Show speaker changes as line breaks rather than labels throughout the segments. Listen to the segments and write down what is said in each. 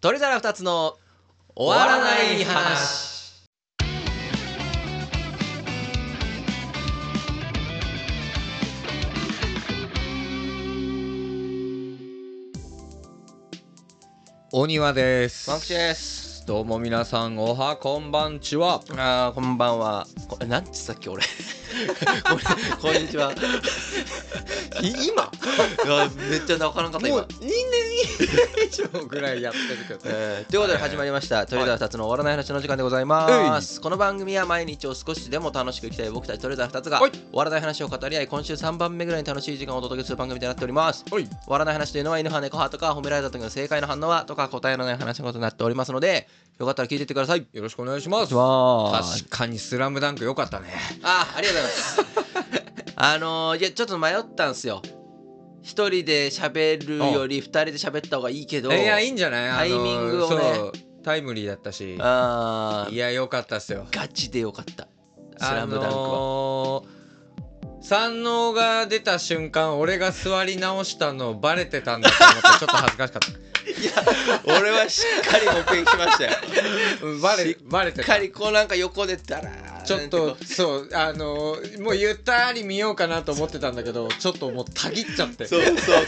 取り皿2つの終わらない話。
お庭です。
マンクチです。
どうも皆さんおはこんばんちは。
あーこんばんは。こえなんつったっけ俺。 これこんにちは。
今
いやめっちゃなかなかった
も
今
う。二年以上ぐらいやってるけど。
えーということで始まりました「トレーダー2つの終わらない話」の時間でございます、この番組は毎日を少しでも楽しく生きたい僕たちトレーダー2つが
はい
終わらない話を語り合い今週3番目ぐらいに楽しい時間をお届けする番組となっております
はい。
終わらない話というのは犬派猫派とか褒められた時の正解の反応はとか答えのない話のことになっておりますのでよかったら聞いていってください
よろしくお願いします。
確
確かにスラムダンク良かったね。
あありがとうございます あのー、いやちょっと迷ったんすよ一人で喋るより二人で喋った方がいいけど
いやいいんじゃない。
タイミングをね
あのそうタイムリーだったし。
あー
いや良かったっすよ。
ガチでよかった「スラムダンクは、
あのー山王が出た瞬間俺が座り直したのバレてたんだと思ってちょっと恥ずかしかっ
いや 俺はしっかり目撃しましたよ
たうんバレバレ
してったかりこうなんか横でダラーン
ちょっとそうあのーもうゆったり見ようかなと思ってたんだけどちょっともうたぎっちゃって
そうそうそう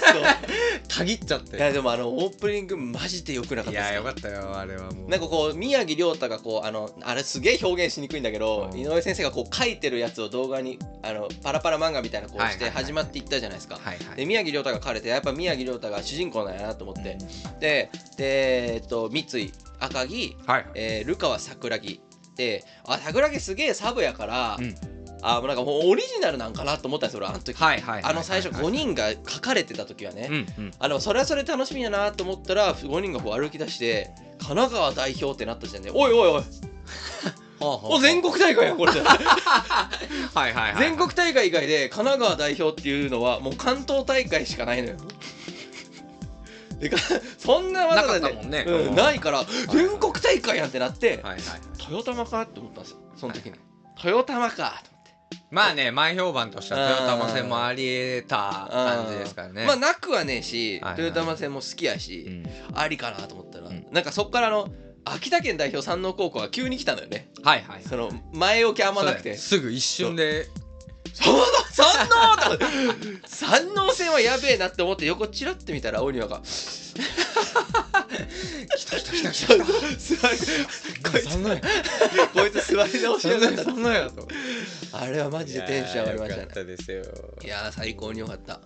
たぎっちゃって
いやでもあのオープニングマジでよくなか
い
ったです
やよかったよあれはもう
なんかこう宮城亮太がこうあのあれすげえ表現しにくいんだけど、
うん
井上先生がこう書いてるやつを動画にあのパラパラ漫画みたいなこう
はい
して
はいはい
始まっていったじゃないですか。
はいは
で
い
宮城亮太が書かれてやっぱ宮城亮太が主人公なんやなと思っ
う
て、
ん
でで、えっと、三井赤城、
はい
えー、ルカは桜木であ桜木すげえサブやから、
うん
あもうなんかもうオリジナルなんかなと思ったんですよ俺あの時、
はいはい
あの最初5
人
人が書かれてた時はね、
うんうん
あのそれはそれで楽しみだなと思ったら5人がこう歩き出して神奈川代表ってなった時点でおいおいおいお全国大会やこれ
はいはいはい
全国大会以外で神奈川代表っていうのはもう関東大会しかないのよでかそんなわざわ
な
ざ
かったもんね
うんないから全国大会やんってなって、
はいはい
豊玉かって思ったんですよその時に、豊玉かと思って
まあね前評判としては豊玉戦もあり得た感じですからね
まあなくはねえし
はいはい
豊玉戦も好きやし、
うん
ありかなと思ったら、
うん
なんかそっからあの秋田県代表山王高校が急に来たのよね
はいはい
その前置きあんまなくて
すぐ一瞬で
そうだ山王だ山王戦はやべえなって思って横チラって見たら大庭が来た来た来た来た座りこいつ
そん なや
こいつ座り直し
そ
や
ん
が
な
っ
や
た
そんなやと
あれはマジでテンション上がりました
いやーよ
ね
かったですよ
いやー最高に良かった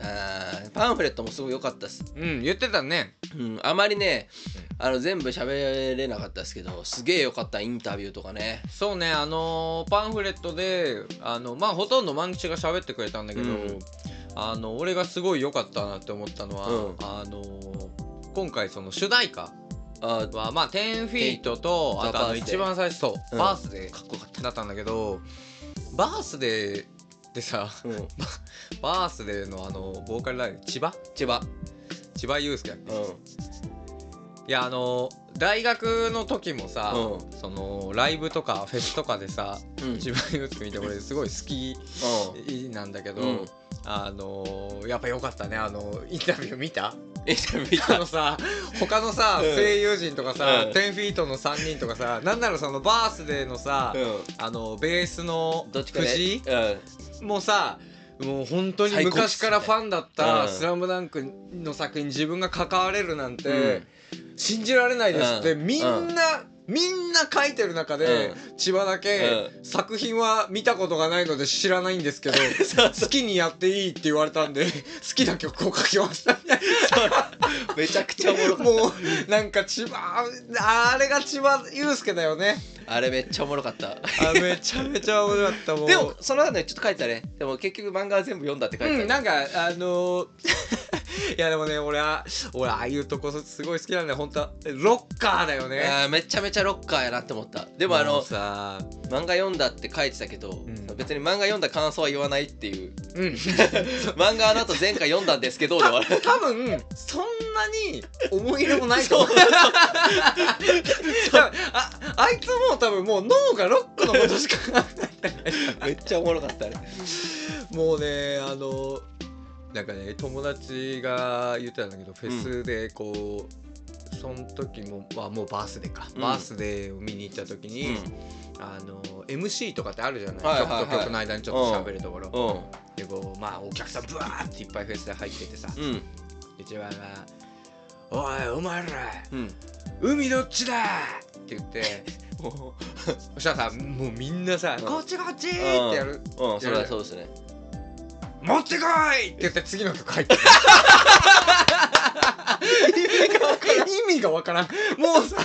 あーパンフレットもすごい良かったです、
うん言ってたね
うん、あまりねあの全部喋れなかったですけどすげえ良かったインタビューとかね
そうねあのーパンフレットであのまあほとんど万吉が喋ってくれたんだけど、
うん
あの俺がすごい良かったなって思ったのは、
うん
あのー今回その主題歌
あー
はまあ10フィートと
10
あとあの
バースデー
一番最初そう、
うん
バースデ
かっこよかっ
ーだったんだけどバースデーってさ
た、うん、
バースデーのあのボーカルライブ千葉
千葉
千葉雄介やっけ
うん
いやあの大学の時もさ、
う
そのライブとかフェスとかでさ
うん
自分のつ見て俺すごい好き
う
なんだけど、
うん
あのやっぱ良かったねあのインタビュー見た
んインタビュー見
あ
た
の さ他のさ、
うん
声優陣とかさ、
うん
10フィートの3人とかさなんならそのバースデーのさ、
う
あのベースの
んどっちかで
藤井
うん
もうさもう本当に
最高っすね
昔からファンだっ
う
た「
ん
スラムダンクの作品自分が関われるなんて信じられないですって、
うん
みんな、みんな書いてる中で、千葉だけ、作品は見たことがないので知らないんですけど
そう
好きにやっていいって言われたんで好 きな曲を書きま したみたい
めちゃくちゃおもろ
な
かっ
もうなんか千葉あれが千葉祐介だよね
たあれめっちゃおもろかった
あめちゃめちゃ面白かったもう
でもその中でちょっと書いてたねでも結局漫画は全部読んだって書いてた、
うん、なんかあの ーいやでもね俺は俺ああいうとこすごい好きなんだよ本当はロッカーだよね
あーめちゃめちゃロッカーやなって思ったでもあ
も
の
うさ
漫画読んだって書いてたけど、
ん
別に漫画読んだ感想は言わないっていう
うん
漫画あなた前回読んだんですけどでは
多分そんなに思い入れもないと思 うああいつも多分もう脳がロックのことしか考えてない
めっちゃおもろかったね
もうねあのなんかね友達が言ってたんだけどフェスでこう、その時もはもうバースデーか、
うん
バースデーを見に行った時に、あの MC とかってあるじゃない,、
はいはいはい
曲と曲の間にちょっと喋るところ、
うん
でこうまあお客さんブワーっていっぱいフェスで入っててさ
うん
一番が「おいお前ら
うん
海どっちだ!」って言ってそしたらさもうみんなさ「
うん
こっちこっち!」ってやる
うんそれはそうですね
「持ってこい!」って言って次の曲入ってる意味がわからんもうさ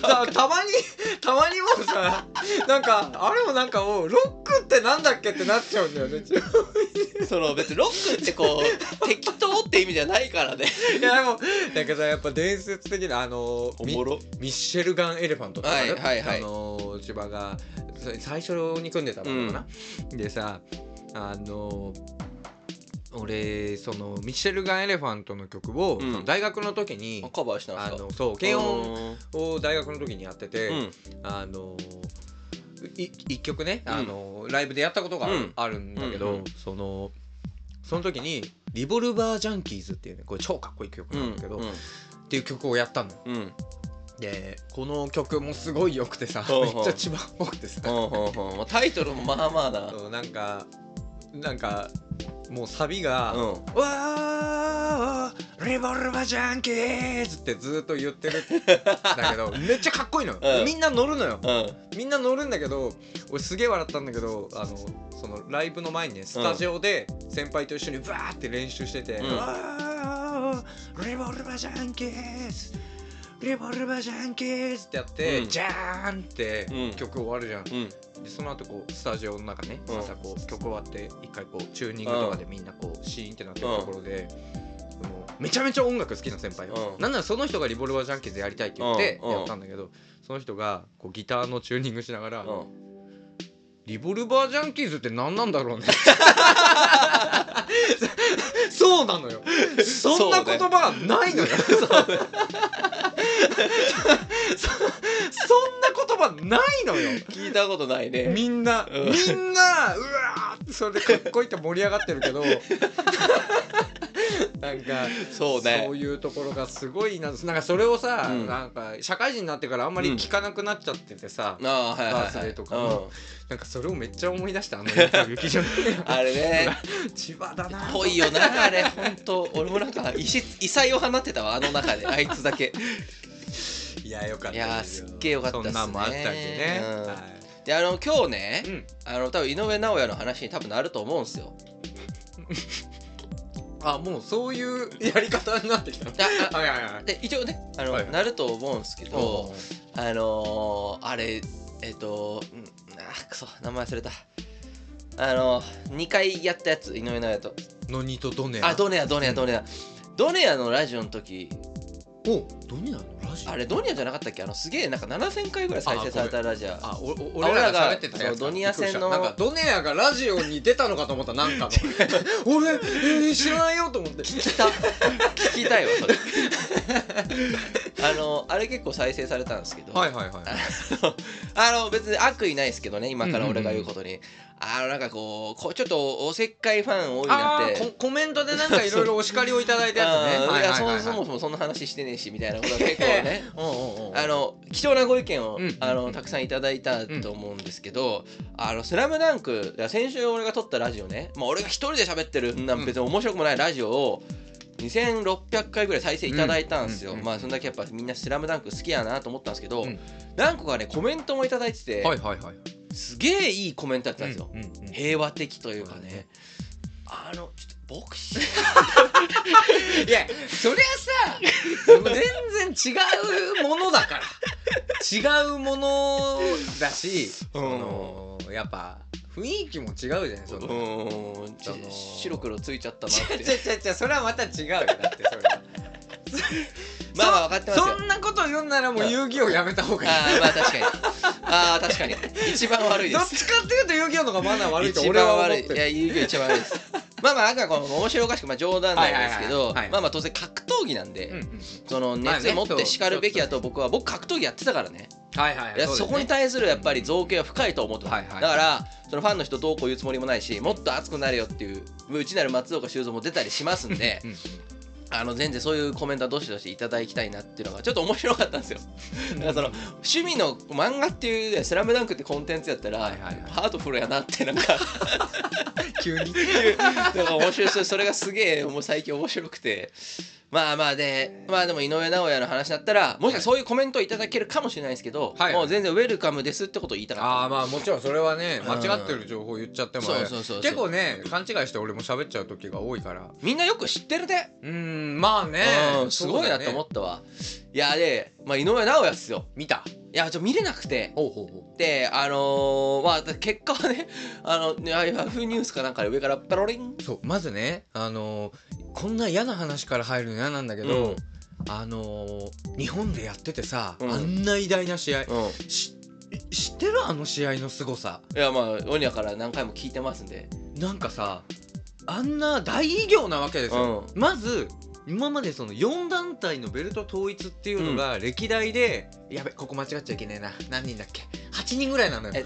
さたまにたまにもうさなんかあれもなんかもうロックってなんだっけってなっちゃうんだよね
その別にロックってこう適当って意味じゃないからね
いやでもなんかさやっぱ伝説的なあのみ
ろ
ミッシェルガン・エレファントとかね、
はいはいはい
あの千葉がさ最初に組んでたのかな、でさあの俺そのミッシェルガン・エレファントの曲を、
うん
その大学の時に
カバーしたん
あ
ですか
のそう軽音を大学の時にやってて、
うん
あのい一曲ね、あのライブでやったことがある,、
うん
んだけど、
うんうん
そのその時に「リボルバー・ジャンキーズ」っていうねこれ超かっこいい曲
う
なんんだけど、
うん
っていう曲をやったのよ
うんうん
でこの曲もすごい良くてさ
ほう
めっ
ほう
ちゃ千葉っぽくてさ
うんうんタイトルもまあまあな
そうなんかなんかもうサビが
うん
「わーリボルバー・ジャンキーズ」ってずっと言ってるんだけ どめっちゃかっこいいの
う
よ
ん
みんな乗るのよ
うん
みんな乗るんだけど俺すげえ笑ったんだけどあのそのライブの前にねスタジオで先輩と一緒にバーって練習してて「
う
うんわーレボルバージャンキーズレボルバージャンキーズ」ってやって「
うん
じゃーん!」って
うん
曲終わるじゃん、
うん
でその後こうスタジオの中ね
うん
またこう曲終わって一回こうチューニングとかでみんなこうシーンってなってるところで。もうめちゃめちゃ音楽好きな先輩、
うん
なんならその人がリボルバージャンキーズやりたいって言って
うんうん
やったんだけど、その人がこうギターのチューニングしながら、
うん
リボルバージャンキーズって何なんだろうね そうなのよそんな言葉はないのよそ そんな 言葉ないのよ
聞いたことないね
みんな
うん
みんなうわーってそれでかっこいいって盛り上がってる けどなんか
そうね
そういうところがすごいななんかそれをさ、
うん
なんか社会人になってからあんまり聞かなくなっちゃっててさ、
ああはいはいはい
バースデーとかも
うん
なんかそれをめっちゃ思い出 したあのインタビュー記事
あれね
千葉だな
濃いよなあれ本当俺もなんか異質異彩を放ってたわあの 中であいつだけ
いやよかった
いやーすっげえよかったっすね
そんなんもあったしね、
うん
は
であの今日ね
いうん
あの多分井上尚弥の話に多分なると思うんですよ
あもうそういうやり方になってき た
でああ
はいはいはい
で一応ねあの、
はいはい
なると思うんですけどあのー、あれえっ、とうんあくそ名前忘れたあの2回やったやつ井上尚弥と
のにとドネア
あドネアドネアドネアドネアのラジオの時
おドネアのラジオ
あれドニアじゃなかったっけあのすげえなんか7000回ぐらい再生されたラジオ
あおお俺らが喋ってたやつ
そうドニア戦の
びっくりしたなんかドネアがラジオに出たのかと 思ったなんかの俺、えー知らないよと思って
聞きた聞きたいわそれ あのあれ結構再生されたんですけど、
はいはいはい
あの別に悪意ないですけどね今から俺が言うことに、あのなんかこうこうちょっとおせっかいファン多いな
あ
って
ーココメントでなんかいろいろお叱りをいただいたやつね
うん
はいい
や
はい
そ
はい
も
はい
そもそもそんな話してねえしみたいなことが結構 ね
おうおうおう
あの貴重なご意見を、
うん
あ
う
の
ん
たくさんいただいたと思うんですけど「あのスラムダンクいや先週俺が撮ったラジオね、まあ、俺が一人で喋ってるそんな
うん
別に面白くもないラジオを2600回ぐらい再生いただいたんですよ、
うんうんうん
まあそんだけやっぱみんな「スラムダンク好きやなと思ったんですけど、
うん
何個かねコメントもいただいてて、
はいはいはい
すげえいいコメントだったんですよ、
うんうんうん
平和的というか
そうだ
ね
ね
あのちょっとボクシー
いやそりゃさ全然違うものだから違うものだし、そのやっぱ雰囲気も違うじゃないその、 違う
うーんち
あのー
白黒ついちゃったなって
違う違うそれはまた違うよだってそれは
まあまあ分かってますよ
そんなこと言うんならもう遊戯王やめた方がいい
ああまあ確かにああ確かに一番悪いで
どっ
す
ちかっていうと遊戯王の方がマナー悪いと
一
俺は
番
思っ
悪い
て
い
る
や遊戯王一番悪いですまあまああくまでこの面白おかしくまあ冗談なんですけ
は
ど
いはいはいはい
まあまあ当然格闘技なんで、
うんうん
その
まあ
熱
ね
持って叱るべきやと僕は僕格闘技やってたからね
はいはい
いやそこに対するやっぱり造形は深いと思ってます
はいはいはい
だからそのファンの人どうこう言うつもりもないしもっと熱くなれよっていううちなる松岡修造も出たりしますんで
うんうん
あの全然そういうコメントはどしどしいただきたいなっていうのがちょっと面白かったんですよ。だからその趣味の漫画っていうね「スラムダンクってコンテンツやったら、
はいはいはい
ハートフルやなってなんか
急に
だから面白いそれそれがすげえもう最近面白くてまあまあでまあでも井上尚弥の話だったらもしかしたらそういうコメントをいただけるかもしれないですけど、
はい
もう全然ウェルカムですってことを言いたか
ああまあもちろんそれはね
うん
間違ってる情報言っちゃって
った
も
そう
う
そうそうそう
結構ね勘違いして俺も喋っちゃう時が多いから
みんなよく知ってるね、
うーんまあね
うんすごいなと思
って
ったわ、いやで、まあ、井上尚弥っすよ
見た
いやちょっと見れなくて
ほうほうほ
であのーまあ結果はね あのねああいうフニュースかなんかで上からペロリン
うそうまずねあのーこんな嫌な話から入るの嫌なんだけど、
うん
あのー日本でやっててさ、
うん
あんな偉大な試合、
うん
し知ってるあの試合の凄さ
いやまあオニアから何回も聞いてますんで
なんかさあんな大偉業なわけですよ、
うん
まず今までその4団体のベルト統一っていうのが歴代で、やべここ間違っちゃいけねえな何人だっけ8人ぐらいなのよ
え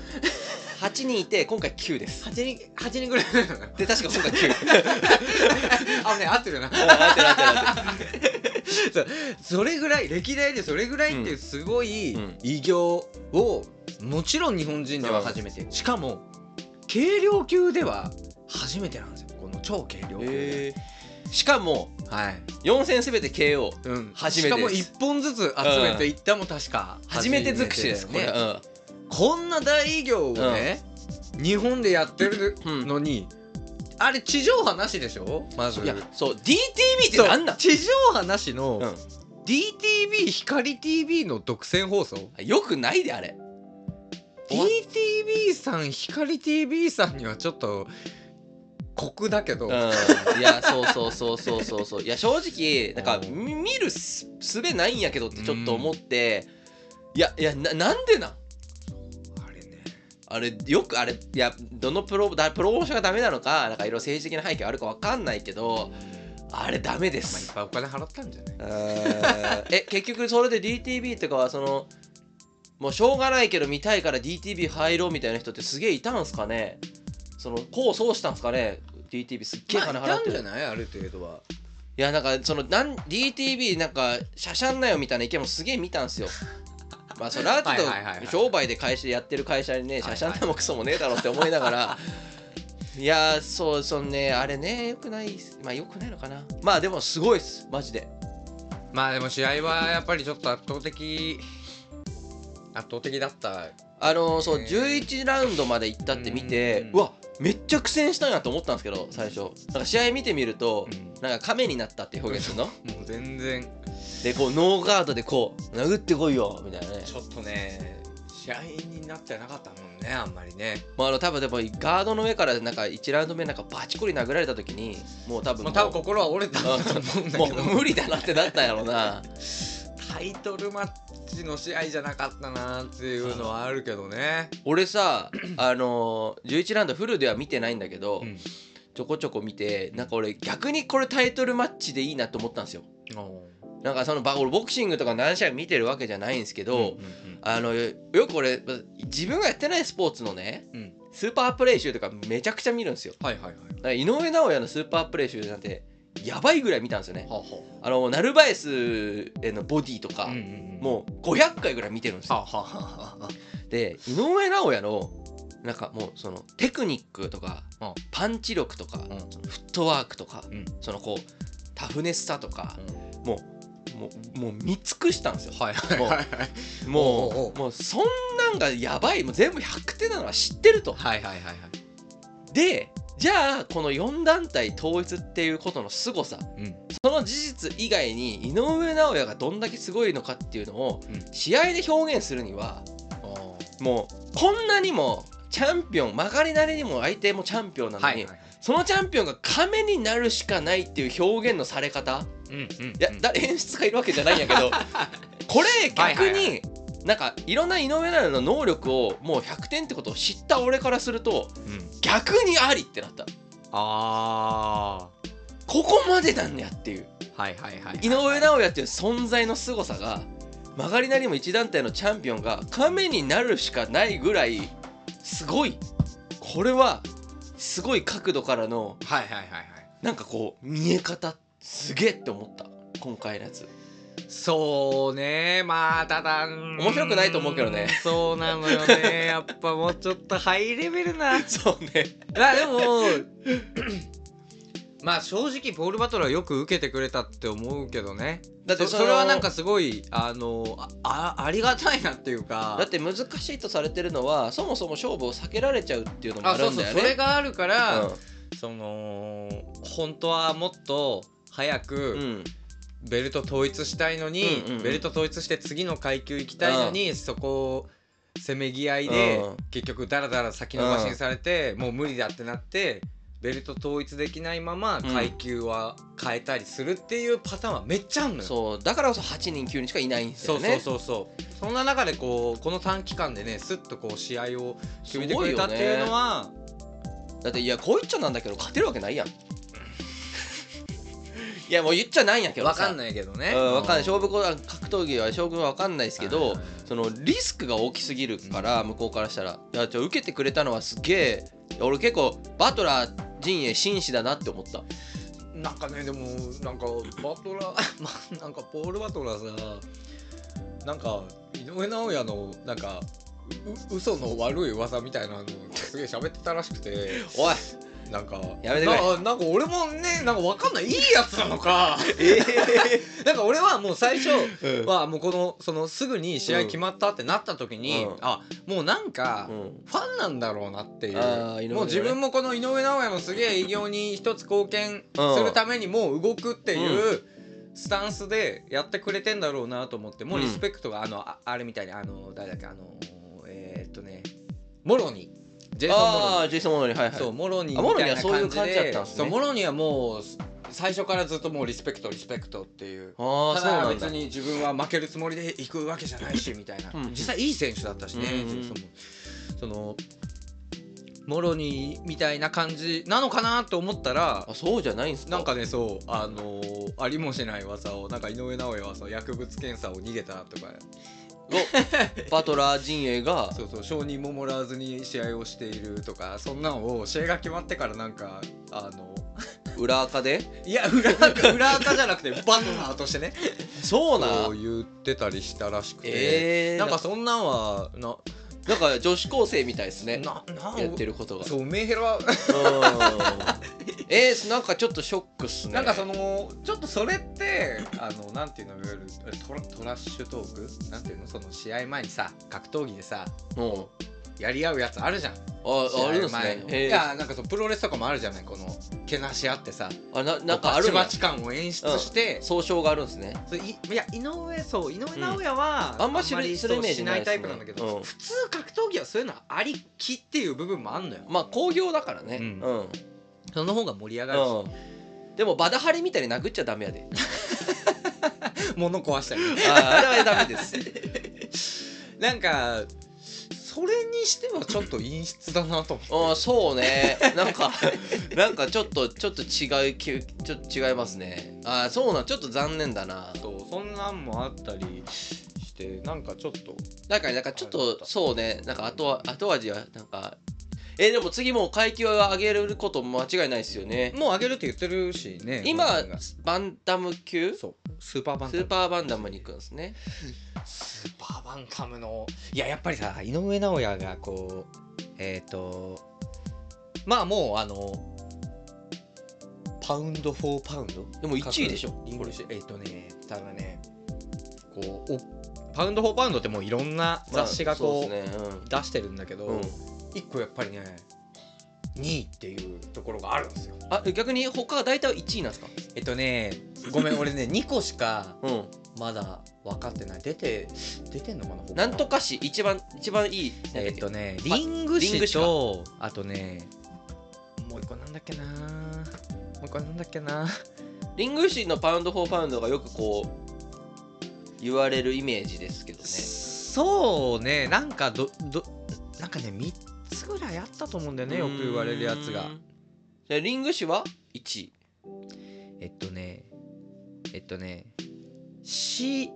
8人いて今回9です
8人8人ぐらいなのよ
で確か今回9
あね合ってるよな
あてるあてるあ
それぐらい歴代でそれぐらいっていうすごい
うん
偉業をもちろん日本人では初めて、しかも軽量級では初めてなんですよこの超軽量
て
級
る
で、
へーしかも
はい、
4戦すべて KO
うん、
初めてです
しかも1本ずつ集めていったも確か
初めて尽くしですこ
初めて
れ、
だよね
ね、
こんな大偉業をね、日本でやってる
うん
のに、あれ地上波なしでしょまず
いやそう DTV ってなんなん
そう地上波なしの、
うん
DTV 光 TV の独占放送
よくないであれ
DTV さん光 TV さんにはちょっと酷だけど、
うん、いやそうそうそうそうそうそういや正直なんか
うん
み見るすすべないんやけどってちょっと思って、いやいやななんでなん
あれね
あれよくあれいやどのプロだプロモーションがダメなのかなんかいろいろ政治的な背景あるかわかんないけどあれダメで
まあいっ
す、
ぱいお金払ったんじゃない
あーえ結局それで DTV とかはそのもうしょうがないけど見たいから DTV 入ろうみたいな人ってすげえいたんすかねその功を奏したんすかね DTV すっげえ金
まあい
払
た
っ
ん
て
じ
る
ゃないある程度はい
やなんかそのなん DTV なんかしゃしゃんなよみたいな意見もすげえ見た んすよ。まあそれはちょっ
はいはいはいはい
と商売で会社やってる会社にね
い
し
はい
ゃしゃんなもクソもねえだろって思いながらいやーそうそのねあれねよくないっすまあよくないのかなまあでもすごいっすマジで
まあでも試合はやっぱりちょっと圧倒的圧倒的だった
あのーそう
へー
11ラウンドまで行ったって見
う
て
ん
うわめっちゃ苦戦したなと思ったんですけど最初なんか試合見てみると
うん
なんか亀になったって表現するの
もう全然
でこうノーガードでこう殴ってこいよみたいなね
ちょっとね試合になってなかったもんねあんまりね
まあ、あの多分でもガードの上からなんか1ラウンド目なんかバチコリ殴られた時にもう多分
も
も
う
う
多分心は折れたんだと思うんだ
も
けど
う無理だなってなったんやろうな
タイトルマッチの試合じゃなかったなっていうのはあるけどね
俺さあのー、11ラウンドフルでは見てないんだけど、
うん
ちょこちょこ見てなんか俺逆にこれタイトルマッチでいいなと思ったんですよなんかそのば俺ボクシングとか何試合見てるわけじゃないんですけど、あのよく俺自分がやってないスポーツのね
うん
スーパープレイ集とかめちゃくちゃ見るんですよ
はいはいはい
だから井上尚弥のスーパープレイ集なんてやばいぐらい見たんですよね
はは
あのナルバエスへのボディとか、
も
もう500回ぐらい見てるんです
うは
よ。
はは
で井上尚弥のなんかもうそのテクニックとか、
うん
パンチ力とか、
ん
そのフットワークとか、
うん
そのこうタフネスさとか、もうもうもう見尽くしたんですよ。
はいはいはいはい
もう
おうおう
もうそんなんがやばいもう全部100点なのは知ってると。
はいはいはい
でじゃあこの4団体統一っていうことの凄さ
うん
その事実以外に井上尚弥がどんだけすごいのかっていうのを
うん
試合で表現するにはもうこんなにもチャンピオン曲がりなりにも相手もチャンピオンなのに、
はいはいはい
そのチャンピオンが亀になるしかないっていう表現のされ方
うんうん
いや、だ演出がいるわけじゃないんや けどこれ逆
はいはい
になんかいろんな井上尚弥の能力をもう100点ってことを知った俺からすると
うん
逆にありってなった
あ
ここまでなんやっていう。
ーはいはいはい
井上尚弥っていう存在の凄さが曲がりなりにも一団体のチャンピオンが亀になるしかないぐらいすごいこれはすごい角度からの
はいはいはいはい
なんかこう見え方っすげえって思った今回のやつ
そうねまあただ面
白くないと思うけどね
そうなのよねやっぱもうちょっとハイレベル な
そうね
あでもまあ正直ポール・バトラーよく受けてくれたって思うけどね
だって
そ
そ
そ
の
れはなんかすごいあのああありがたいなっていうか
だって難しいとされてるのはそもそも勝負を避けられちゃうっていうのも
あ
あ
そ
る
うんそう
だよ
そ
ね
れがあるから、
うん
その本当はもっと早く、
うん
ベルト統一したいのに、
うんうんうん
ベルト統一して次の階級行きたいのに、そこをせめぎ合いで、
うん
結局ダラダラ先延ばしにされて、もう無理だってなってベルト統一できないまま
うん
階級は変えたりするっていうパターンはめっちゃあるのよ。
そうだからこそ8人9人しかいないんです
そ
よ
う
ね
そうそうそうそんな中でこうこの短期間でねスッとこう試合を決めてくれたっていうのは、
だっていやこう言っちゃなんだけど勝てるわけ ないやんいやもう言っちゃないんやけど
わかん
い
ないけどね。
うん、わかんない
負
勝負こ格闘技は勝負はわかんないですけど、そのリスクが大きすぎるから向こうからしたら、いやちょ受けてくれたのはすげえ俺結構バトラー陣営紳士だなって思った
なんかねでもなんかバトラー まあなんかポール・バトラーさなんか井上尚弥のなんかう嘘の悪い噂みたいなのすげえ喋ってたらしくて
おい
なんか
やめてくれ
ななんか俺もねなんかわかんないいいやつなのか なんか俺はもう最初
うん
はもうこのそのすぐに試合決まったってなった時に、
うん
あもうなんか、
うん
ファンなんだろうなっていう、
あー井上
もう自分もこの井上尚弥のすげえ偉業に一つ貢献
うん
するためにもう動くっていうスタンスでやってくれてんだろうなと思ってもうリスペクトがあのああれみたいにあの誰だっけあのえーっとねモロニジェイソン・モロ
ああジェイソン・モノリはいはい
ニそうモロニ
あモ
みた
ロ
い
ニは
な
そうい
感
う
じ
感じだった
で
んですね
そうモロニはもう最初からずっともうリスペクトリスペクトっていう
ああ
た
そう
だ
なんだ
別に自分は負けるつもりで行くわけじゃないしみたいな
うん
実際いい選手だったしね、
うんうん
そもそのモロニーみたいな感じなのかなと思ったら
あそうじゃないんすか
なんかねそうあのーありもしない技をなんか井上尚弥はさ薬物検査を逃げたとか
おバトラー陣営が
そうそう承認ももらわずに試合をしているとかそんなのを試合が決まってからなんかあの
裏垢で
いや裏垢裏垢じゃなくてバトナーとしてね
そうな
そうん言ってたりしたらしくて。
えー、
なんかそんなんはな
なんか女子高生みたいですね
なな
やってること が
そうメンヘラ
うんえー、なんかちょっとショックっすね
なんかそのちょっとそれってあのなんていうのいわゆるトラトラッシュトークなんていうのその試合前にさ格闘技でさ
うん
やり合うやつあるじゃん
ああるんです
試合
ね
前の
へ
い
ー
やなんかそうプロレスとかもあるじゃないこのけなし合ってさ
あななんかあるん
バ
だ
チバチ感を演出して、
総称があるんですね
そういいや井上そう井上尚弥は、
あんま知るするイメージ
な
ない
い
っ
タ
すね
イプなんだけど、
うん
普通格闘技はそういうのはありきっていう部分もあんのよ
まあ興行だからね
う
うんん、
その方が盛り上がるし、
うんでもバダハリみたいに殴っちゃダメ やで
物壊したりね
あーあれはダメです
なんかそれにしてはちょっと陰湿だなと思って
あーそうねなんかなんかちょっとちょっと違うきゅちょっと違いますねあーそうなんちょっと残念だな
そうそんなんもあったりしてなんかちょっと
だからなんかちょっとそうねなんか後は後味はなんかえーでも次もう階級を上げること間違いないですよね
もう上げるって言ってるしね
今
本人が
バンタム級ス
そうスーパーバンタム
ーパーバンダムに行くんですね
スーパーバンタムのいややっぱりさ井上尚弥がこうえっ、とまあもうあのパウンド・フォー・パウンド
でも1位でしょ
イン
こ
グリッ
れ
シュえっ、とねただねこうおパウンド・フォー・パウンドってもういろんな雑誌がこう,、
まあそうですね
出してるんだけど、
うんうん
一個やっぱりね2位っていうところがあるんですよ
あ逆に他は大体1位なんですか
えっとねごめん俺ね2個し か
うん
まだ分かってない出て出てんのかな他
なんとか市一番一番いい
えっとね
あ
リング
リング
誌
誌
とあとねもう一個なんだっけなもう一個なんだっけな
リングシーのパウンド・フォー・パウンドがよくこう言われるイメージですけどね
そうねなんかどどなんかね3つぐらいあったと思うんだよねよく言われるやつが
うーんじゃあリングシーは1位
えっとねえっとね C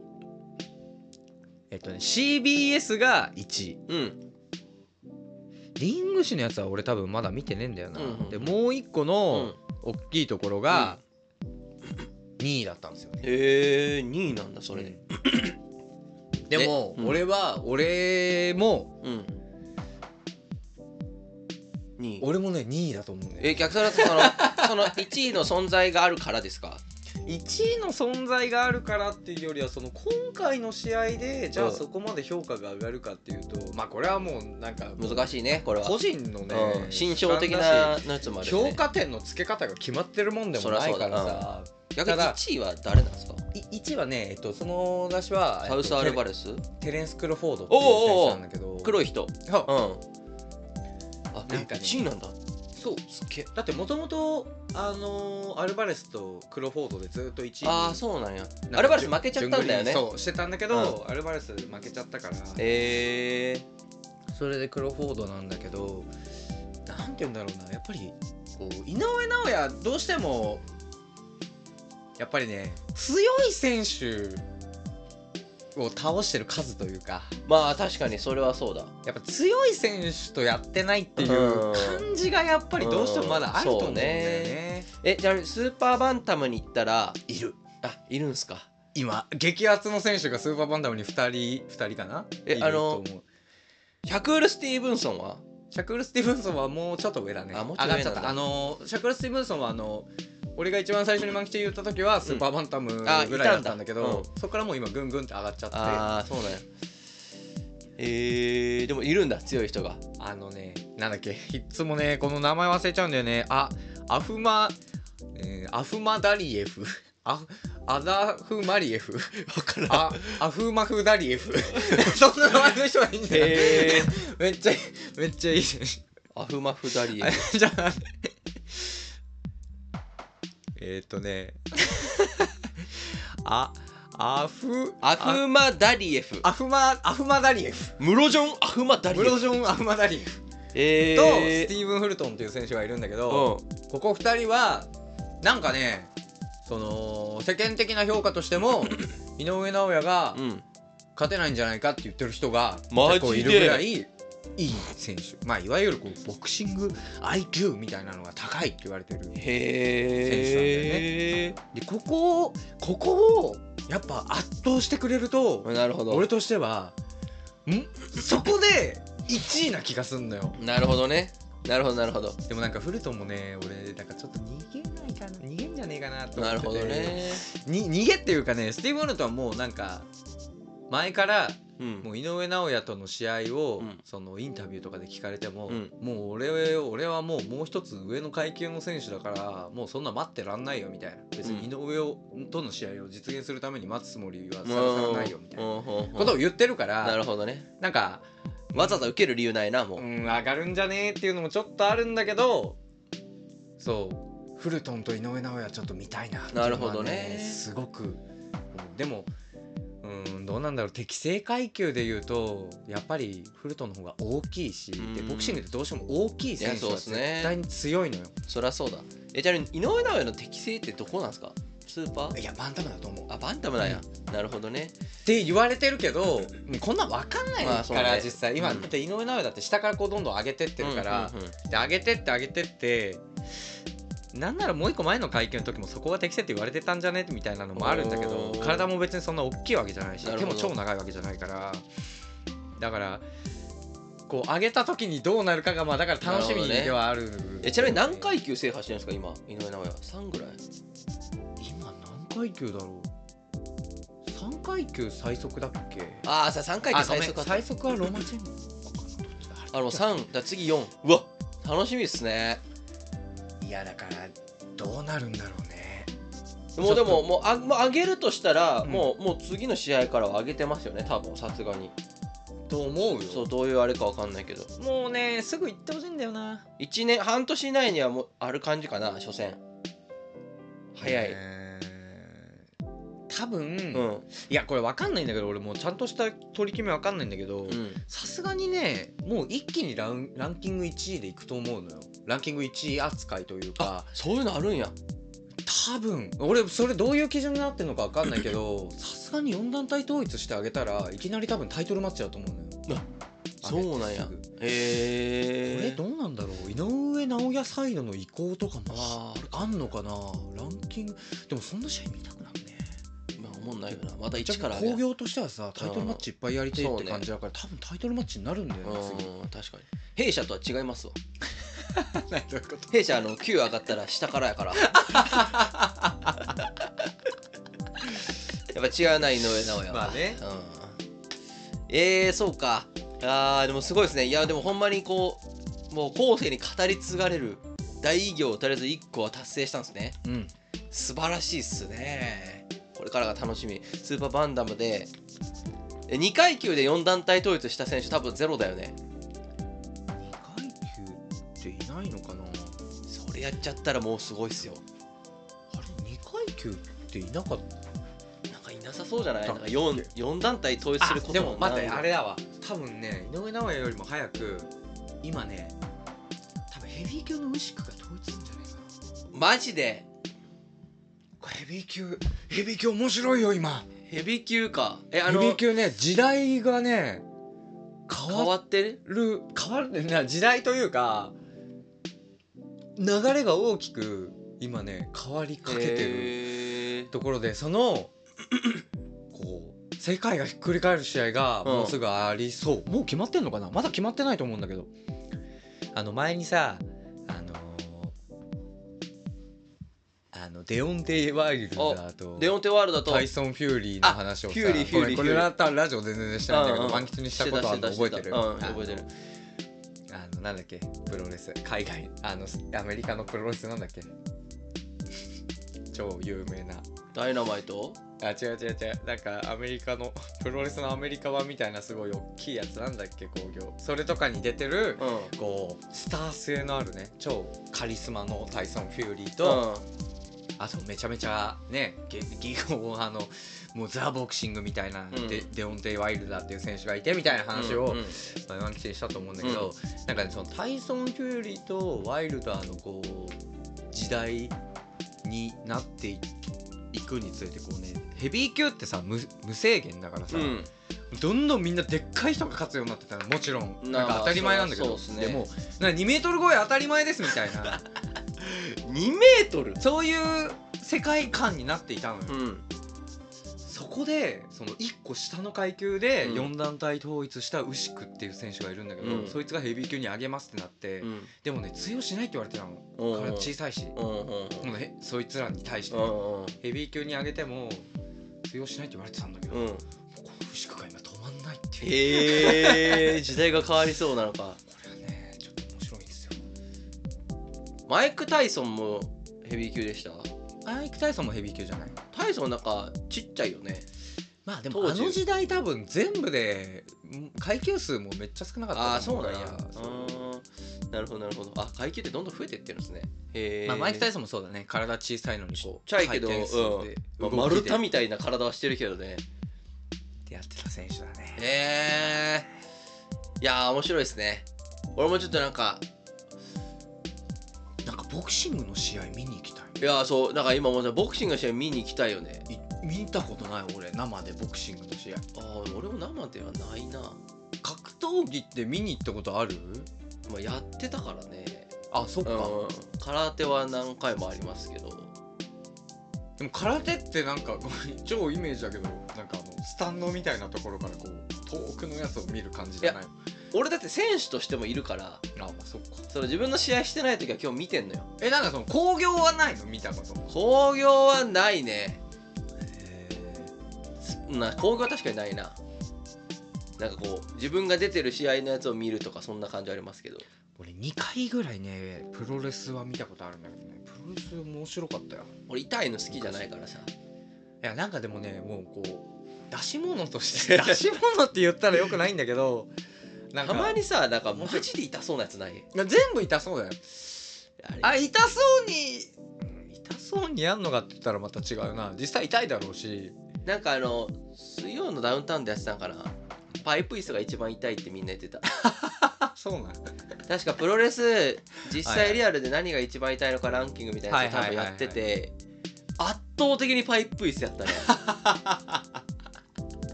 えっとね CBS が1位
うん
リング誌のやつは俺多分まだ見てねえんだよな、
うんうん
でもう一個
う
の
ん
大きいところが、 2位だったんですよね
へえ2位なんだそれで
でも、
うん
俺は俺も
うん2位
俺もね2位だと思うんだよ
え逆さだとその その1位の存在があるからですか
1位の存在があるからっていうよりはその今回の試合でじゃ
う
あ
ん
そこまで評価が上がるかっていうとまあこれはもうなんか
難しいねこれは
個人の
う
ね
ん心象的な
主観だし
やつもあるよね
評価点の付け方が決まってるもんでもないから
そりゃそう
さ
逆に
ただ
1位は誰なんですか
い1位はねえっとその出しは
サウス・アルバ
レ
レス
テレンス・クロフォードっていう選手なんだけど
黒い人
そう
うんあ
なんかね
1位なんだ
そう
すっげえ
だってもともとあのーアルバレスとクロフォードでずっと1位
ああそうなんやアルバレス負けちゃったんだよね
そうしてたんだけど、アルバレス負けちゃったから
ええ
それでクロフォードなんだけどなんて言うんだろうなやっぱりこう井上尚弥どうしてもやっぱりね強い選手を倒してる数というか
まあ確かにそれはそうだ
やっぱ強い選手とやってないっていう
うん
感じがやっぱりどうしてもまだあると思うんだよ
うんそう
ね。
えじゃあスーパーバンタムに行ったら
いる
あいるんすか
今激アツの選手がスーパーバンダムに2人2人かない
え
る
あの
と思う
シャクール・スティーブンソンは
シャクール・スティーブンソンはもうちょっと上だね
あもうちょっ
上が
と上
っち
な
ゃ
ん
っ
だ
たあのシャクール・スティーブンソンはあの俺が一番最初に満喫で言った時はスーパーバンタムぐら
あ
いだったんだけ
いたん
ど、
だ
そこからもう今ぐんぐんって上がっちゃってあ
ああそうなんやえー、でもいるんだ強い人が
のねなんだっけいつもねこの名前忘れちゃうんだよねあアフマ、えーアフマダリエフアフアダフマリエフ
分から
あアフマフダリエフ そんな名前の人はいいんだよ、
へえ
めっちゃいいめっちゃいい選手
アフマフダリエ
あじゃあ えーっとね あアフ
アフマダリエフ
アフマアフマダリエフ
ムロジョン・アフマダリエ
ブ
フ
ロジョン・アフマダリエフ
え
とス
ー
ティーブン・フルトンっていう選手がいるんだけど
うん
ここ2人はなんかねその世間的な評価としても 井上尚弥が
うん、
勝てないんじゃないかって言ってる人が
マジで
結構いるぐらいいい選手まあいわゆるこうボクシング IQ みたいなのが高いって言われてる
へえ、
でここをここをやっぱ圧倒してくれると
なるほど
俺としてはんそこで1位な気がすんのよ
なるほどねなるほどなるほど
でもなんかフルトンもね俺なんかちょっと逃げないかな逃げんじゃねえかなと思ってて
なるほどね
に逃げっていうかねスティーブ・フルトンはもうなんか前から
うん
もう井上尚弥との試合を、
うん
そのインタビューとかで聞かれても、
うん
もう俺俺はもうもう一つ上の階級の選手だからもうそんな待ってらんないよみたいな別に井上を、との試合を実現するために待つつもりはさらさらないよみたいなこ
こと
を言ってるから
な
な
るほどね
んか
わざわざ受ける理由ないなもう、
うん上がるんじゃねえっていうのもちょっとあるんだけどそうフルトンと井上尚弥はちょっと見たいなっていうのは
なるほどね
すごく、うんでもうんどうなんだろう適正階級で言うとやっぱりフルトンの方が大きいし
うん
でボクシングってどうしても大きい選手
いやそう
は
っす
絶
ね
対に強いのよ
そりゃそうだえじゃあ井上尚弥の適性ってどこなんですかスーパー
いやバンタムだと思うっ
あバンタムなんや、なるほどね
て言われてるけどこんなん分かんない
まあ
か
そうね
ら、実際今、
うん
だって井上尚弥だって下からこうどんどん上げてってるから、
うんうんうん
で上げてって上げてってなんならもう一個前の会見の時もそこが適正って言われてたんじゃねみたいなのもあるんだけど
おー
体も別にそんな大きいわけじゃないし
なる
手
ほど
も超長いわけじゃないからだからこう上げた時にどうなるかがまあだから楽しみではある
えちなみに何階級制覇してるんですか今井上尚弥3ぐらい
今何階級だろう3階級最速だっけ
ああさ3階級
あ
最
最
速
速
か
最速はロマチェンコかなどっちだ
あの3だ次4うわ楽しみですね
いやだからどうなるんだろうね
もうで
ちょ
も
っと
もうあもう上げるとしたら、
うん
もうもう次の試合からは上げてますよね多分さすがに
と思うよ
そうどういうあれかわかんないけど
もうねすぐ行ってほしいんだよな
1年半年以内にはもうある感じかな初戦早い、
えー多分、
うん
いやこれ分かんないんだけど俺もうちゃんとした取り決め分かんないんだけど
うん
さすがにねもう一気にラウンランキング1位でいくと思うのよランキング1位扱いというか
あそういうのあるんや
多分俺それどういう基準になってるのか分かんないけどさすがに4団体統一してあげたらいきなり多分タイトルマッチだと思うのよ
あそうなんや
雨ってすぐこれ
へえ
どうなんだろう井上尚弥サイドの移行とかも
あー
あんのかなランキングでもそんな試合見たくなるね
まあ思んないよなまた
じ
一
ゃ
か
あ
ら上げ
興行としてはさタイトルマッチいっぱいやりてえって感じだから、多分タイトルマッチになるんだよね 次
うん確かに弊社とは違いますわ
何どういうこと
弊社あの9上がったら下からや からやっぱ違うな井上尚弥は
まあね
うん、えー、そうかあーでもすごいですねいやでもほんまにこうもう後世に語り継がれる大偉業をとりあえず1個は達成したんですね
うん
素晴らしいっすねこれからが楽しみスーパーバンダムで2階級で4団体統一した選手多分ゼロだよね
2階級っていないのかなあ
それやっちゃったらもうすごいっすよ
れ2階級っていなかった
なんかいなさそうじゃない
だ
な
っ
ん
け
か 4, 四団体統一すること
でも待って
なんか
あれだわ多分ね井上尚弥よりも早く今ね多分ヘビー級のウシクが統一するんじゃないかな
マジで
これヘビー級ヘビー級面白いよ今
ヘビー級かえあ
ヘビ
の
ー級ね時代がね変
変
わ
わってる
る変わるな時代というか流れが大きく今ね変わりかけてる
へー
ところでそのこう世界がひっくり返る試合がもうすぐありそう、もう決まってんのかなまだ決まってないと思うんだけどあの前にさあのーあのデオンテ・ワイルダーと
レオンテワールドと
タイソン・フューリーの話をさ
あフューリーフューリー
ごめんこれ
フューリー
ラタラジオ全然してないんだけど満喫にしたことはあ
し
るの
し
覚え
た
てる
うん
あ
覚えてる
あのなんだっけプロレス海外あのアメリカのプロレスなんだっけ超有名な
ダイナマイト
あ違う違う違うなんかアメリカのプロレスのアメリカ版みたいなすごい大きいやつなんだっけ興行それとかに出てる
うん
こうスター性のあるね超カリスマのタイソン・フューリーと、
と
あとめちゃめちゃねゲギゴン派のもうザ・ボクシンングみたいな、
うん
デデオンテイ・ワイルダーっていう選手がいてみたいな話を、前満喫したと思うんだけど、なんかねそのタイソン・フューリーとワイルダーのこう時代になっていいくにつれてこうねヘビー級ってさ無無制限だからさ、
うん
どんどんみんなでっかい人が勝つようになってたのもちろんなんか当たり前なんだけ
ま
ど
あそりゃそうっす
でも
ね
なんか2メートル超え当たり前ですみたい な
2メートル
そういう世界観になっていたのよ。
うん
そこでその1個下の階級で
うん
4団体統一したウシクっていう選手がいるんだけど、
うん
そいつがヘビー級に上げますってなって、
うん
でもね通用しないって言われてたの
うん
体小さいし
う
こ
んうんうん
のへそいつらに対して
うんうん
ヘビー級に上げても通用しないって言われてたんだけど、
う
も
ん
うこのウシクが今止まんないっていう
へえ時代が変わりそうなのか
これはねちょっと面白いんですよ
マイク・タイソンもヘビー級でした
アイク・タイソンもヘビー級じゃない
タイソンなんかちっちゃいよね
まあで
当
もあ
時
の時代多分全部でん階級数もめっちゃ少なかった
ああー
と
そ
思
うなんや
からそう
うんなるほどなるほどあ階級ってどんどん増えてってるんですねへえ、
まあ、マイク・タイ
ソ
ソンもそうだね体小さいのにこう
ちっちゃいけど
回転数で動きで
丸太みたいな体はしてるけどね
ってやってた選手だね
へえいやー面白いですね俺もちょっとなんか
なんかボクシングの試合見に行きたい
いやーそうなんか今もうボクシングの試合見に行きたいよね
い見たことない俺生でボクシングの試合
あー俺も生ではないな、
格闘技って見に行ったことある
まあ、やってたからね
あそっか、
うん空手は何回もありますけど
でも空手ってなんか ごめん超イメージだけどなんかあのスタンドみたいなところからこう遠くのやつを見る感じじゃないの
俺だって選手としてもいるから
あまあそっか
その自分の試合してない時は今日見てんのよ
えなんかその興行はないの見たこと
興行はないね
へ
な興行は確かにないななんかこう自分が出てる試合のやつを見るとかそんな感じはありますけど
俺2回ぐらいねプロレスは見たことあるんだけどねプロレス面白かったよ
俺痛いの好きじゃないからさ
いやなんかでもねもうこう出し物として 出し物って言ったらよくないんだけどなんか
たまにさなんかマジで痛そうなやつない
全部痛そうだよ
あ
あ痛そうにうん痛そうにやんのかって言ったらまた違うな実際痛いだろうし
なんかあの水曜のダウンタウンでやってたんかなパイプ椅子が一番痛いってみんな言ってた
あそうなん
確かプロレス実際リアルで何が一番痛いのかランキングみたいなやつを多
はいはいは
分
いは
や
い
ってて圧倒的にパイプ椅子やったね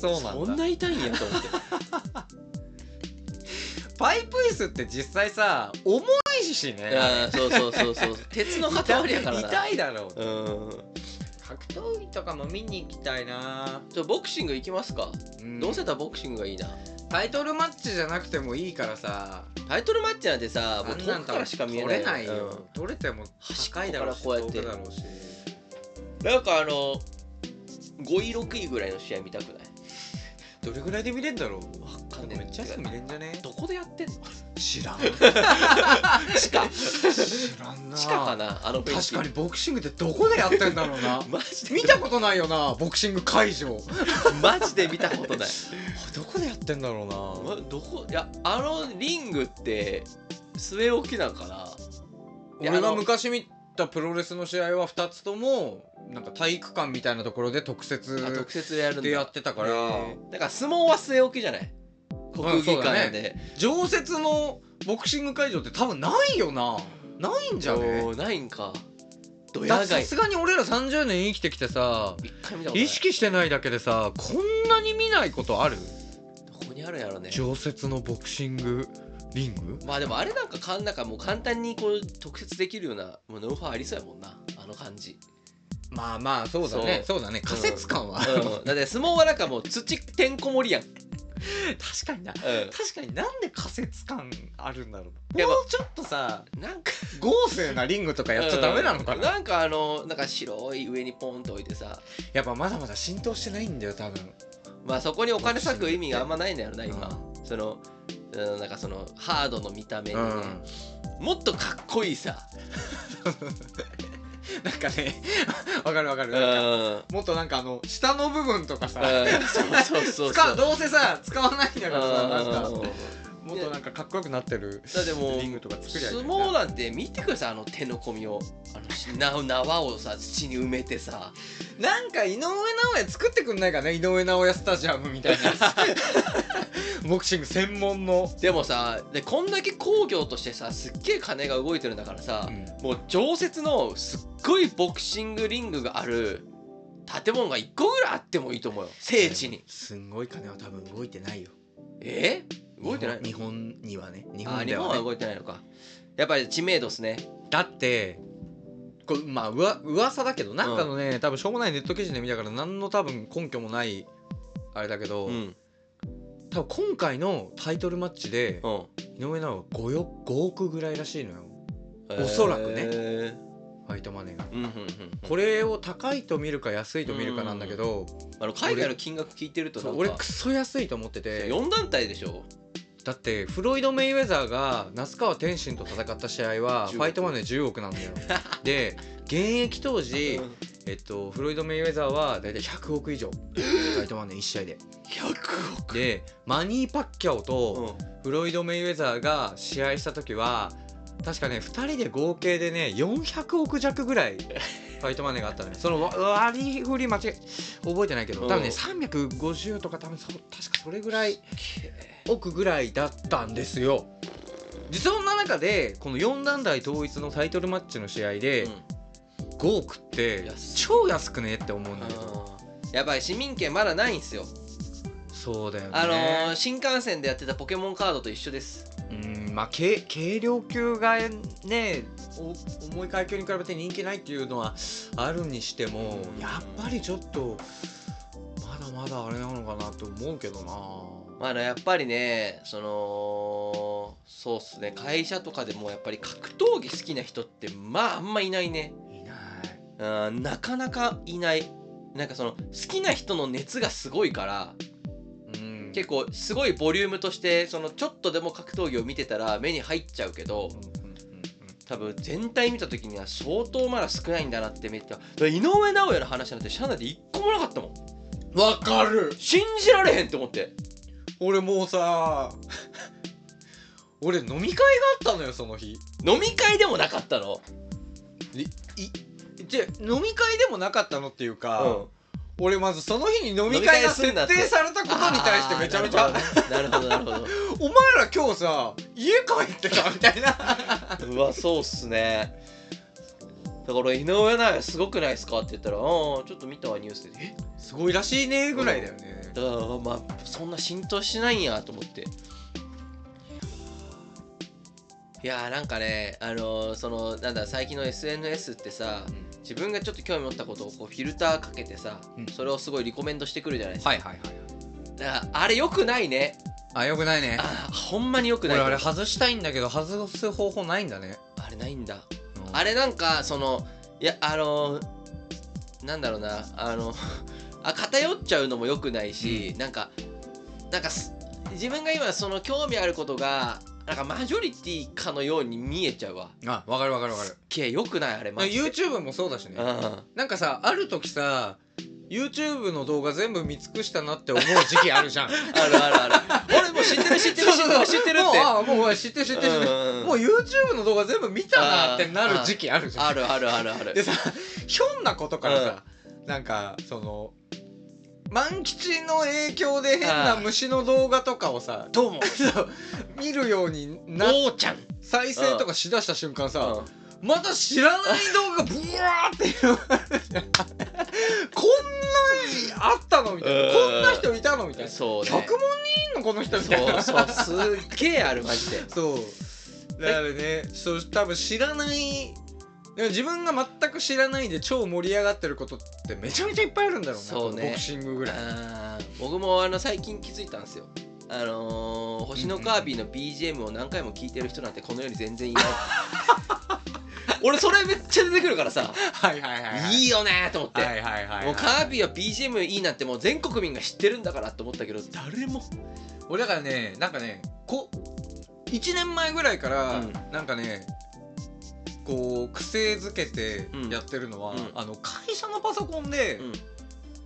そう
そんな痛いんやと思って
パイプ椅子って実際さ重いしね
うんそうそうそうそう 鉄の塊やからな
痛いだろう
うん
格闘技とかも見に行きたいな、
ちょボクシング行きますか、どうせだったらボクシングがいいな
タイトルマッチじゃなくてもいいからさ
タイトルマッチなんてさもう
あん
遠
なん
くからしか見えな
取
い
れないよ、
うん
取れても高いだろうし
端っこからこうやって
遠くだろうし
なんかあの5位6位ぐらいの試合見たくない
どれぐらいで見れんだろう
わか
で
ん
もめ
ねえ
っちゃ安く見れんじゃね
どこでやっ てんの
知らん
地下
知らんな
地下かなあの雰囲
確
気
かにボクシングってどこでやってんだろう な
マジで
見たことないよなボクシング会場
マジで見たことない
どこでやってんだろうな
まどこいやあのリングって据え置きだからいや
俺が
あの
昔見たプロレスの試合は2つともなんか体育館みたいなところで特
あ
設
特設でやるんだ
でやってたから、
へえだから相撲は据え置きじゃない国技館で、
常設のボクシング会場って多分ないよなないんじゃね
おーないんかド
だって
ヤ街
さ
一
すがに俺ら30年生きてきてさ
回見たことない
意識してないだけでさこんなに見ないことある
どこにあるんやろね
常設のボクシングリング
まあでもあれなんかかんなんかもう簡単にこう特設できるようなもうノウハウありそうやもんなあの感じ、
まあまあそうだねそうだね仮説感は、
うん、だって相撲はなんかもう土てんこ盛りやん、うん、
確かにな確かになんで仮説感あるんだろう
や
も
っぱ
うちょっとさ
なんか
豪勢なリングとかやっちゃダメなのかな、
うんなんかあのなんか白い上にポンと置いてさ
やっぱまだまだ浸透してないんだよ多分
まあそこにお金割く意味があんまないんだよな今、そのうんなんかそのハードの見た目にね、もっとかっこいいさ
なんかね わかるわかる
う
なんか
ん
もっとなんかあの下の部分とかさ
うんそうそうそう
使
そう
うどうせさ使わないんだからさなんか
うん
もっとなんかかっこよくなってる
だってもう
リングとか作りゃいい
相
のに
撲なんて見てくださいあの手の込みをあのしな縄をさ土に埋めてさ
なんか井上尚弥作ってくんないかね井上尚弥スタジアムみたい なやつボクシング専門の、
でもさでこんだけ工業としてさすっげえ金が動いてるんだからさ、もう常設のすっごいボクシングリングがある建物が1個ぐらいあってもいいと思うよ聖地に
すんごい金は多分動いてないよ
え動いてない
日本にはね日
あ
本
日
で
本
は、
は
ね、
動いてないのかやっぱり知名度っすね
だってこれまあうわ噂だけどなんかのね、多分しょうもないネット記事で見たから何の多分根拠もないあれだけど、
うん
多分今回のタイトルマッチで
うん
井上尚弥 5, よ5億ぐらいらしいのよおそらくね
えー
ファイトマネーが。
うんうんうんうん
これを高いと見るか安いと見るかなんだけど、
あの海外の金額聞いてると
そ
なん
う
か
俺クソ安いと思ってて
4団体でしょ
だってフロイド・メイウェザーが那須川天心と戦った試合は
10億
ファイトマネー10億なん だよで現役当時、えっと、フロイド・メイウェザーは大体100億以 上ファイトマネー1試合で
100億
でマニー・パッキャオ
う
と
ん
フロイド・メイウェザーが試合した時は確かね2人で合計でね400億弱ぐらいファイトマネーがあった のよそのわ割り振り間違え覚えてないけど多分ね
うん
350とか多分そう確かそれぐらい億ぐらいだったんですよ。でそんな中でこの4団体統一のタイトルマッチの試合で
うん
5億って
安い
超安くねって思うんだけど
やばい市民権まだないんすよ
そうだよね
あのー新幹線でやってたポケモンカードと一緒です
うんまあ軽軽量級がねお重い階級に比べて人気ないっていうのはあるにしても
うん
やっぱりちょっとまだまだあれなのかなと思うけどな
まあやっぱりねそのそうっすね会社とかでもやっぱり格闘技好きな人ってまああんまいないね
いない
うんなかなかいないなんかその好きな人の熱がすごいから
うん
結構すごいボリュームとしてそのちょっとでも格闘技を見てたら目に入っちゃうけど
うんうんうん
多分全体見た時には相当まだ少ないんだなってめっちゃだから井上尚弥の話なんて社内で一個もなかったもん
うんわかる
信じられへんって思って
俺もうさ 俺飲み会があったのよその日
飲み会でもなかったの
じゃ飲み会でもなかったのっていうか、
う
俺まずその日に飲み会が設定されたことに対してめちゃめちゃ
んなるほどなるほど
お前ら今日さ家帰ってたみたいな
うわそうっすねだから井上尚弥すごくないですかって言ったら「うんちょっと見たわニュースで」え
すごいらしいねぐらいだよね、
だからまあそんな浸透しないんやと思っていやーなんかねあのーそのなんだ最近の SNS ってさ自分がちょっと興味持ったことをこうフィルターかけてさ、
うん
それをすごいリコメンドしてくるじゃないですか,、
はいはいはい
だからあれよくないね
あよくないね
あーほんまによく
俺
ない
あれ外したいんだけど外す方法ないんだね、
あれないんだ
うん
あれなんかそのいやあのなんだろうなあの あ偏っちゃうのも良くないし、なんかなんかす自分が今その興味あることがなんかマジョリティかのように見えちゃうわ
あわかるわかるわかる
けえ良くないあれマジで
YouTube もそうだしね
う
なんかさある時さ YouTube の動画全部見尽くしたなって思う時期あるじゃん
ん、あるあるある 俺もう知ってる 知ってる知ってる知ってる
もう
って
あもう知ってる知ってる知ってる
うん
もう YouTube の動画全部見たなってなる時期あるじゃん
あるあるあるある
でさひょんなことからさ、なんかその万吉の影響で変な虫の動画とかをさ
どうも
そう見るようにな
おーちゃん
再生とかしだした瞬間さ、
うん
また知らない動 画ブワーって言われて こんなにあったのみたいな
うん
こんな人いたのみたいな
そうね
100万人いんのこの人みたい
そう
な
そうすっげえあるマジで
そうだからねそう多分知らないでも自分が全く知らないで超盛り上がってることってめちゃめちゃいっぱいあるんだろうな
そうね
ボクシングぐらい
あー僕もあの最近気づいたんですよあのー星のカービィの BGM を何回も聴いてる人なんてこの世に全 然いない俺それめっちゃ出てくるからさ
はいはいはいはい
いいよねと思って、
はいはいはい
もうカービィは BGM いいなんてもう全国民が知ってるんだからって思ったけど誰も
俺だからねなんかねこ1年前ぐらいから、
うん
なんかねこう癖づけて
うん
やってるのは、
うん
あの会社のパソコンで、
うん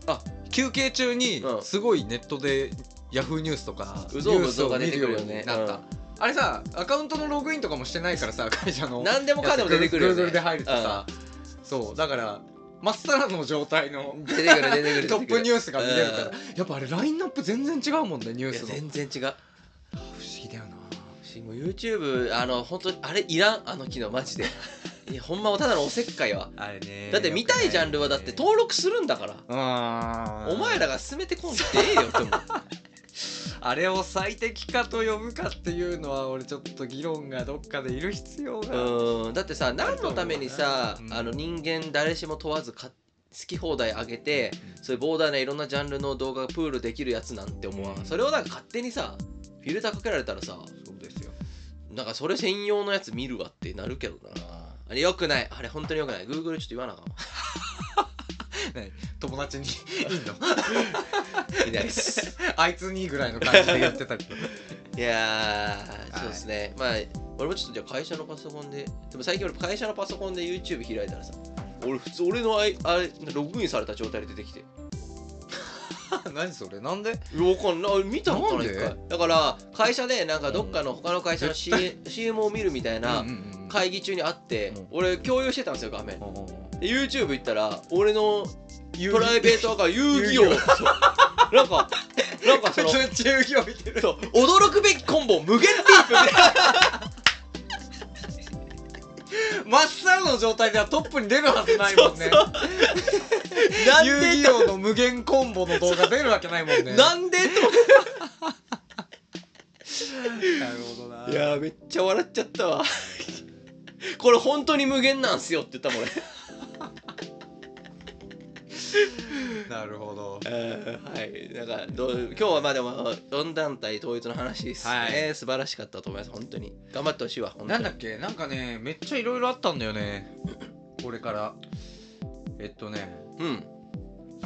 あ休憩中に
うん
すごいネットでヤフーニュースとか
うぞう
ニュ
む
ース
ぞう
を
が
見
出て
る
くる
よ
よ
うに
ね
なった、あれさアカウントのログインとかもしてないからさ会社
うん
の
何でもかんでも出てくるよね
Google で入るとさ、そうだからまっさらの状態の
うん出てくる出てくる出てくる
トップニュースが見れるから
うん
やっぱあれラインナップ全然違うもんねニュー
いや
スの不
全然違
思
う
議だよな
しもう YouTube あの本当にあれいらんあの機能マジでいやほんまただのおせっかいは
あれね
だって見たいジャンルはだって
と
登録するんだから
あ
お前らが進めてこんでええよと思う
あれを最適化と呼ぶかっていうのは俺ちょっと議論がどっかでいる必要が、
うーんだってさ何のためにさ、
うん
あの人間誰しも問わずか好き放題あげてそういうボーダーないろんなジャンルの動画がプールできるやつなんて思わ
うん
んそれをなんか勝手にさフィルターかけられたらさ
そうですよ
なんかそれ専用のやつ見るわってなるけどなあれよくないあれ本当によくない Google ちょっと言わな あかんわ
友達 にいいの
いないです
あいつにぐらいの感じでやってたけど
いやーそうですね、まあ俺もちょっとじゃあ会社のパソコンででも最近俺会社のパソコンで YouTube 開いたらさ俺普通俺のあいあれログインされた状態で出てきて
何それなんで
いやわかんないあれ見たのか
な
なん
で
一回だから会社でなんかどっかの他の会社の CM, CM を見るみたいな
うんうんうん
会議中にあって、
うん
俺共有してたんですよ画面
うんうんうん
で YouTube 行ったら俺の
遊
プライベートアカウント遊戯王そうなんかなんか その
めっちゃ遊戯王見てる
そう驚くべきコンボ無限ループみたいな
真っ青の状態ではトップに出るはずないもんね
なん
遊
で
戯王の無限コンボの動画出るわけないもんね
なんでと思っ
なるほどな
ていやーめっちゃ笑っちゃったわ これ本当に無限なんすよって言ったも ん俺
なるほど
はいだからどう今日はまあでも4団体統一の話ですね、
はい
素晴らしかったと思います本当に頑張ってほしいわ本当に
なんだっけなんかねめっちゃいろいろあったんだよねこれからえっとね
うん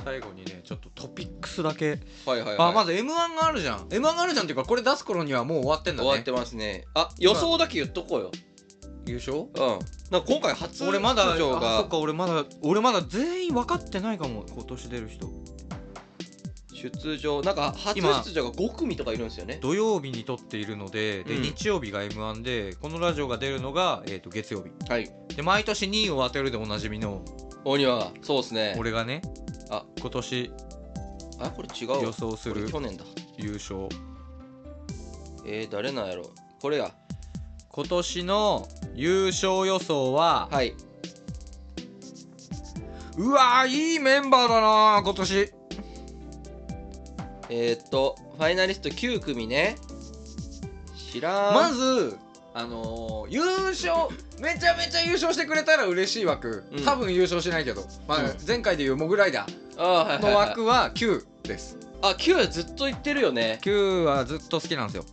最後にねちょっとトピックスだけ、
はいはい、はい、
あまず m 1があるじゃん m 1があるじゃんっていうかこれ出す頃にはもう終わってんだ
終
ね
わってますねあ予想だけ言っとこうよ
優勝
うんなんか今回初
俺まだあ
出場
そっ
が
か俺まだ俺まだ全員分かってないかも今年出る人
出場なんか初
今
出場が5組とかいるんですよね
土曜日に撮っているのでで、
うん
日曜日が m 1でこのラジオが出るのが、えー、と月曜日
はい
で毎年2位を当てるでおなじみの
鬼はそうですね
俺がね
あ
今年
あこれ違うわ
予想す
これ
る
去年だ
優勝
えー、誰なんやろこれや
今年の優勝予想は、
はいう
わーいいメンバーだなー今年
えー、っとファイナリスト9組ね知らん
まずあのー優勝めちゃめちゃ優勝してくれたら嬉しい枠、
うん
多分優勝しないけど、まあ
うん
前回でいうモグライダー
ああはいはい
の
はい
枠は9です
あキュウずっと言ってるよね
9はずっと好きなんですよ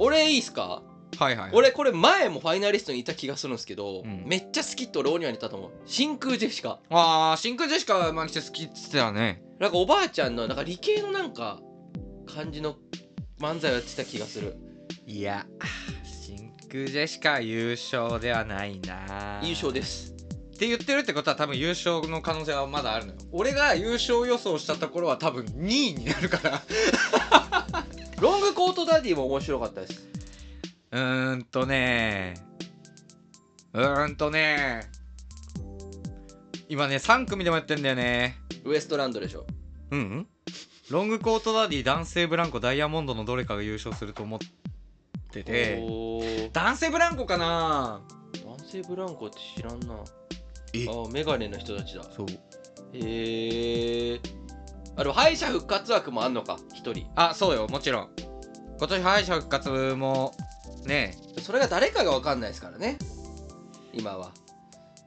俺いいっすか
はいはい
俺これ前もファイナリストにいた気がするんですけど、
うん
めっちゃ好きって俺オニに言ったと思う真空ジェシカ
ああ真空ジェシカマニチェ好きっつってたね
なんかおばあちゃんのなんか理系のなんか感じの漫才をやってた気がする
いや真空ジェシカは優勝ではないな
優勝です
って言ってるってことは多分優勝の可能性はまだあるのよ俺が優勝予想したところは多分2位になるから
ロングコートダディも面白かったです
うーんとねうーんとね今ね3組でもやってんだよね
ウエストランドでしょ
うん、うん、ロングコートダディ男性ブランコダイヤモンドのどれかが優勝すると思ってて
おー
男性ブランコかな
男性ブランコって知らんな
え
あメガネの人たちだ
そう
へえあでも敗者復活枠もあんのか一人
あそうよもちろん今年敗者復活もね
それが誰かが分かんないですからね今は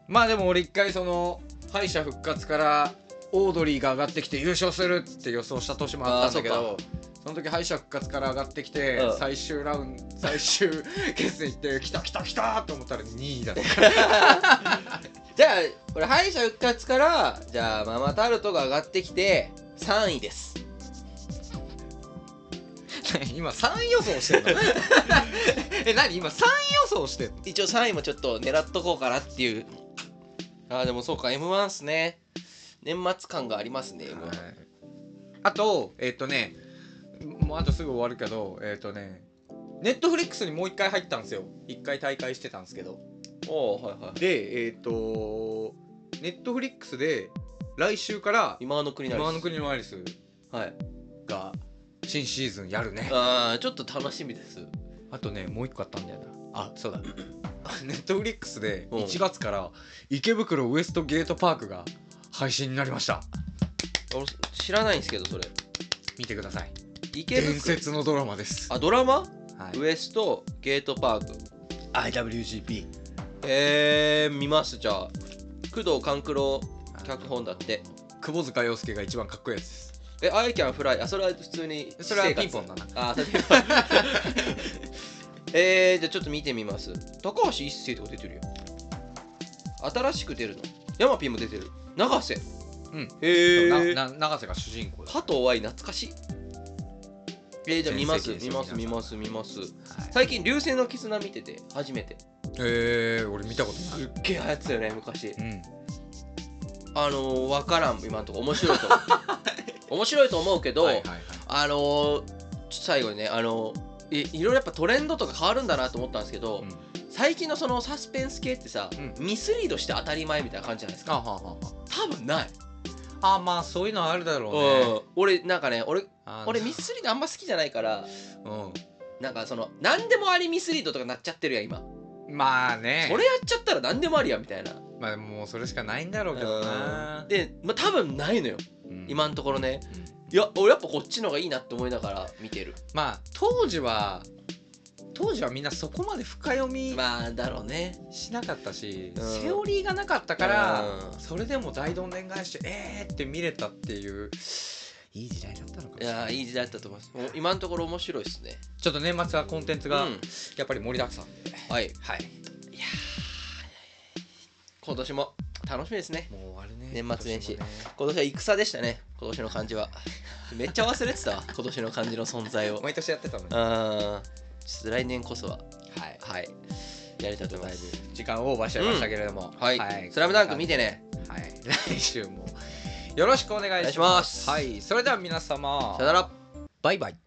まあでも俺一回その敗者復活からオードリーが上がってきて優勝するって予想した年もあったんだけ
あーそ
どその時敗者復活から上がってきて、
うん
最終ラウンド最終決戦行って 来た来た来たと思ったら2位だった
じゃあこれ敗者復活からじゃあママタルトが上がってきて3位です
今3位予想してんの え何今3位予想してんの
一応3位もちょっと狙っとこうかなっていうあーでもそうか m 1っすね年末感がありますね m 1
あとえっ、とねもうあとすぐ終わるけどえっ、とねネットフリックスにもう一回入ったんですよ一回大会してたんですけど
おおはいはい
でえっ、とネットフリックスで来週から
今の国なり
今の国のアリス
はい
が新シーズンやるね
あーちょっと楽しみです
あとねもう一個あったんだよなあそうだ ネットフリックスで
うん
1月から池袋ウエストゲートパークが配信になりました
俺知らないんですけどそれ
見てください
池
伝
袋
説のドラマです
あドラマ、
は
ウエストゲートパーク
IWGP
えー、見ますじゃあ工藤官九郎脚本だって
窪塚洋介が一番かっこいいやつです
えアイキャンフライあそれは普通に
それは
私生活
ピンポンだな
あそれピンポ ンえー、じゃあちょっと見てみます高橋一生とか出てるよ新しく出るの山ピンも出てる永瀬
うん
へえー、
なな永瀬が主人公だ
加藤愛懐かしいえー、じゃあ見ます
全盛期ですよ
見ます見
皆
ます見ます
はい
最近流星の絆見てて初めて
えー、俺見たことない
すっげえ流行ってたよね昔
うん
あのー、分からん今のとこ面白いと思 う面白いと思うけど、
はいはいはい
あのー、ちょっと最後にねあのー、いいろいろやっぱトレンドとか変わるんだなと思ったんですけど、
うん
最近のそのサスペンス系ってさ、
う
ミスリードして当たり前みたいな感じじゃないです
あ
か
はあは
多分ない、
ああまあそういうのはあるだろう
う
ね
ん、俺なんかね俺
あの
俺ミスリードあんま好きじゃないから
う
なんかその何でもありミスリードとかなっちゃってるやん今、
んまあね
それやっちゃったら何でもありやみたいな、
まあもうそれしかないんだろうけどな
で、まあ、多分ないのよ
うん
今のところね
うん
いや俺やっぱこっちの方がいいなって思いながら見てる
まあ当時は当時はみんなそこまで深読み
まあだろうね
しなかったし、
うん
セオリーがなかったから、
うん
それでも大どんでん返しえーって見れたっていういい時代だったのかもし
い
れ
や
な
ー
い
いい時代だったと思いますもう今のところ面白いですね
ちょっと年末はコンテンツが
うん
やっぱり盛りだくさんで、
はい
はい
今年も楽しみですね
もう終わるね
年末年始
今もね
今年は戦でしたね今年の漢字はめっちゃ忘れて たわ今年の漢字の存在を
毎年やってたのに、
う
は
ーんちょっと来年こそはいはいやりたいと思います
時間オーバーしちゃいましたけれども、
はい、スラムダンク見てね
はい、来週もよろしくお願いします
お願いします
はい、それでは皆様
さよなら
バイバイ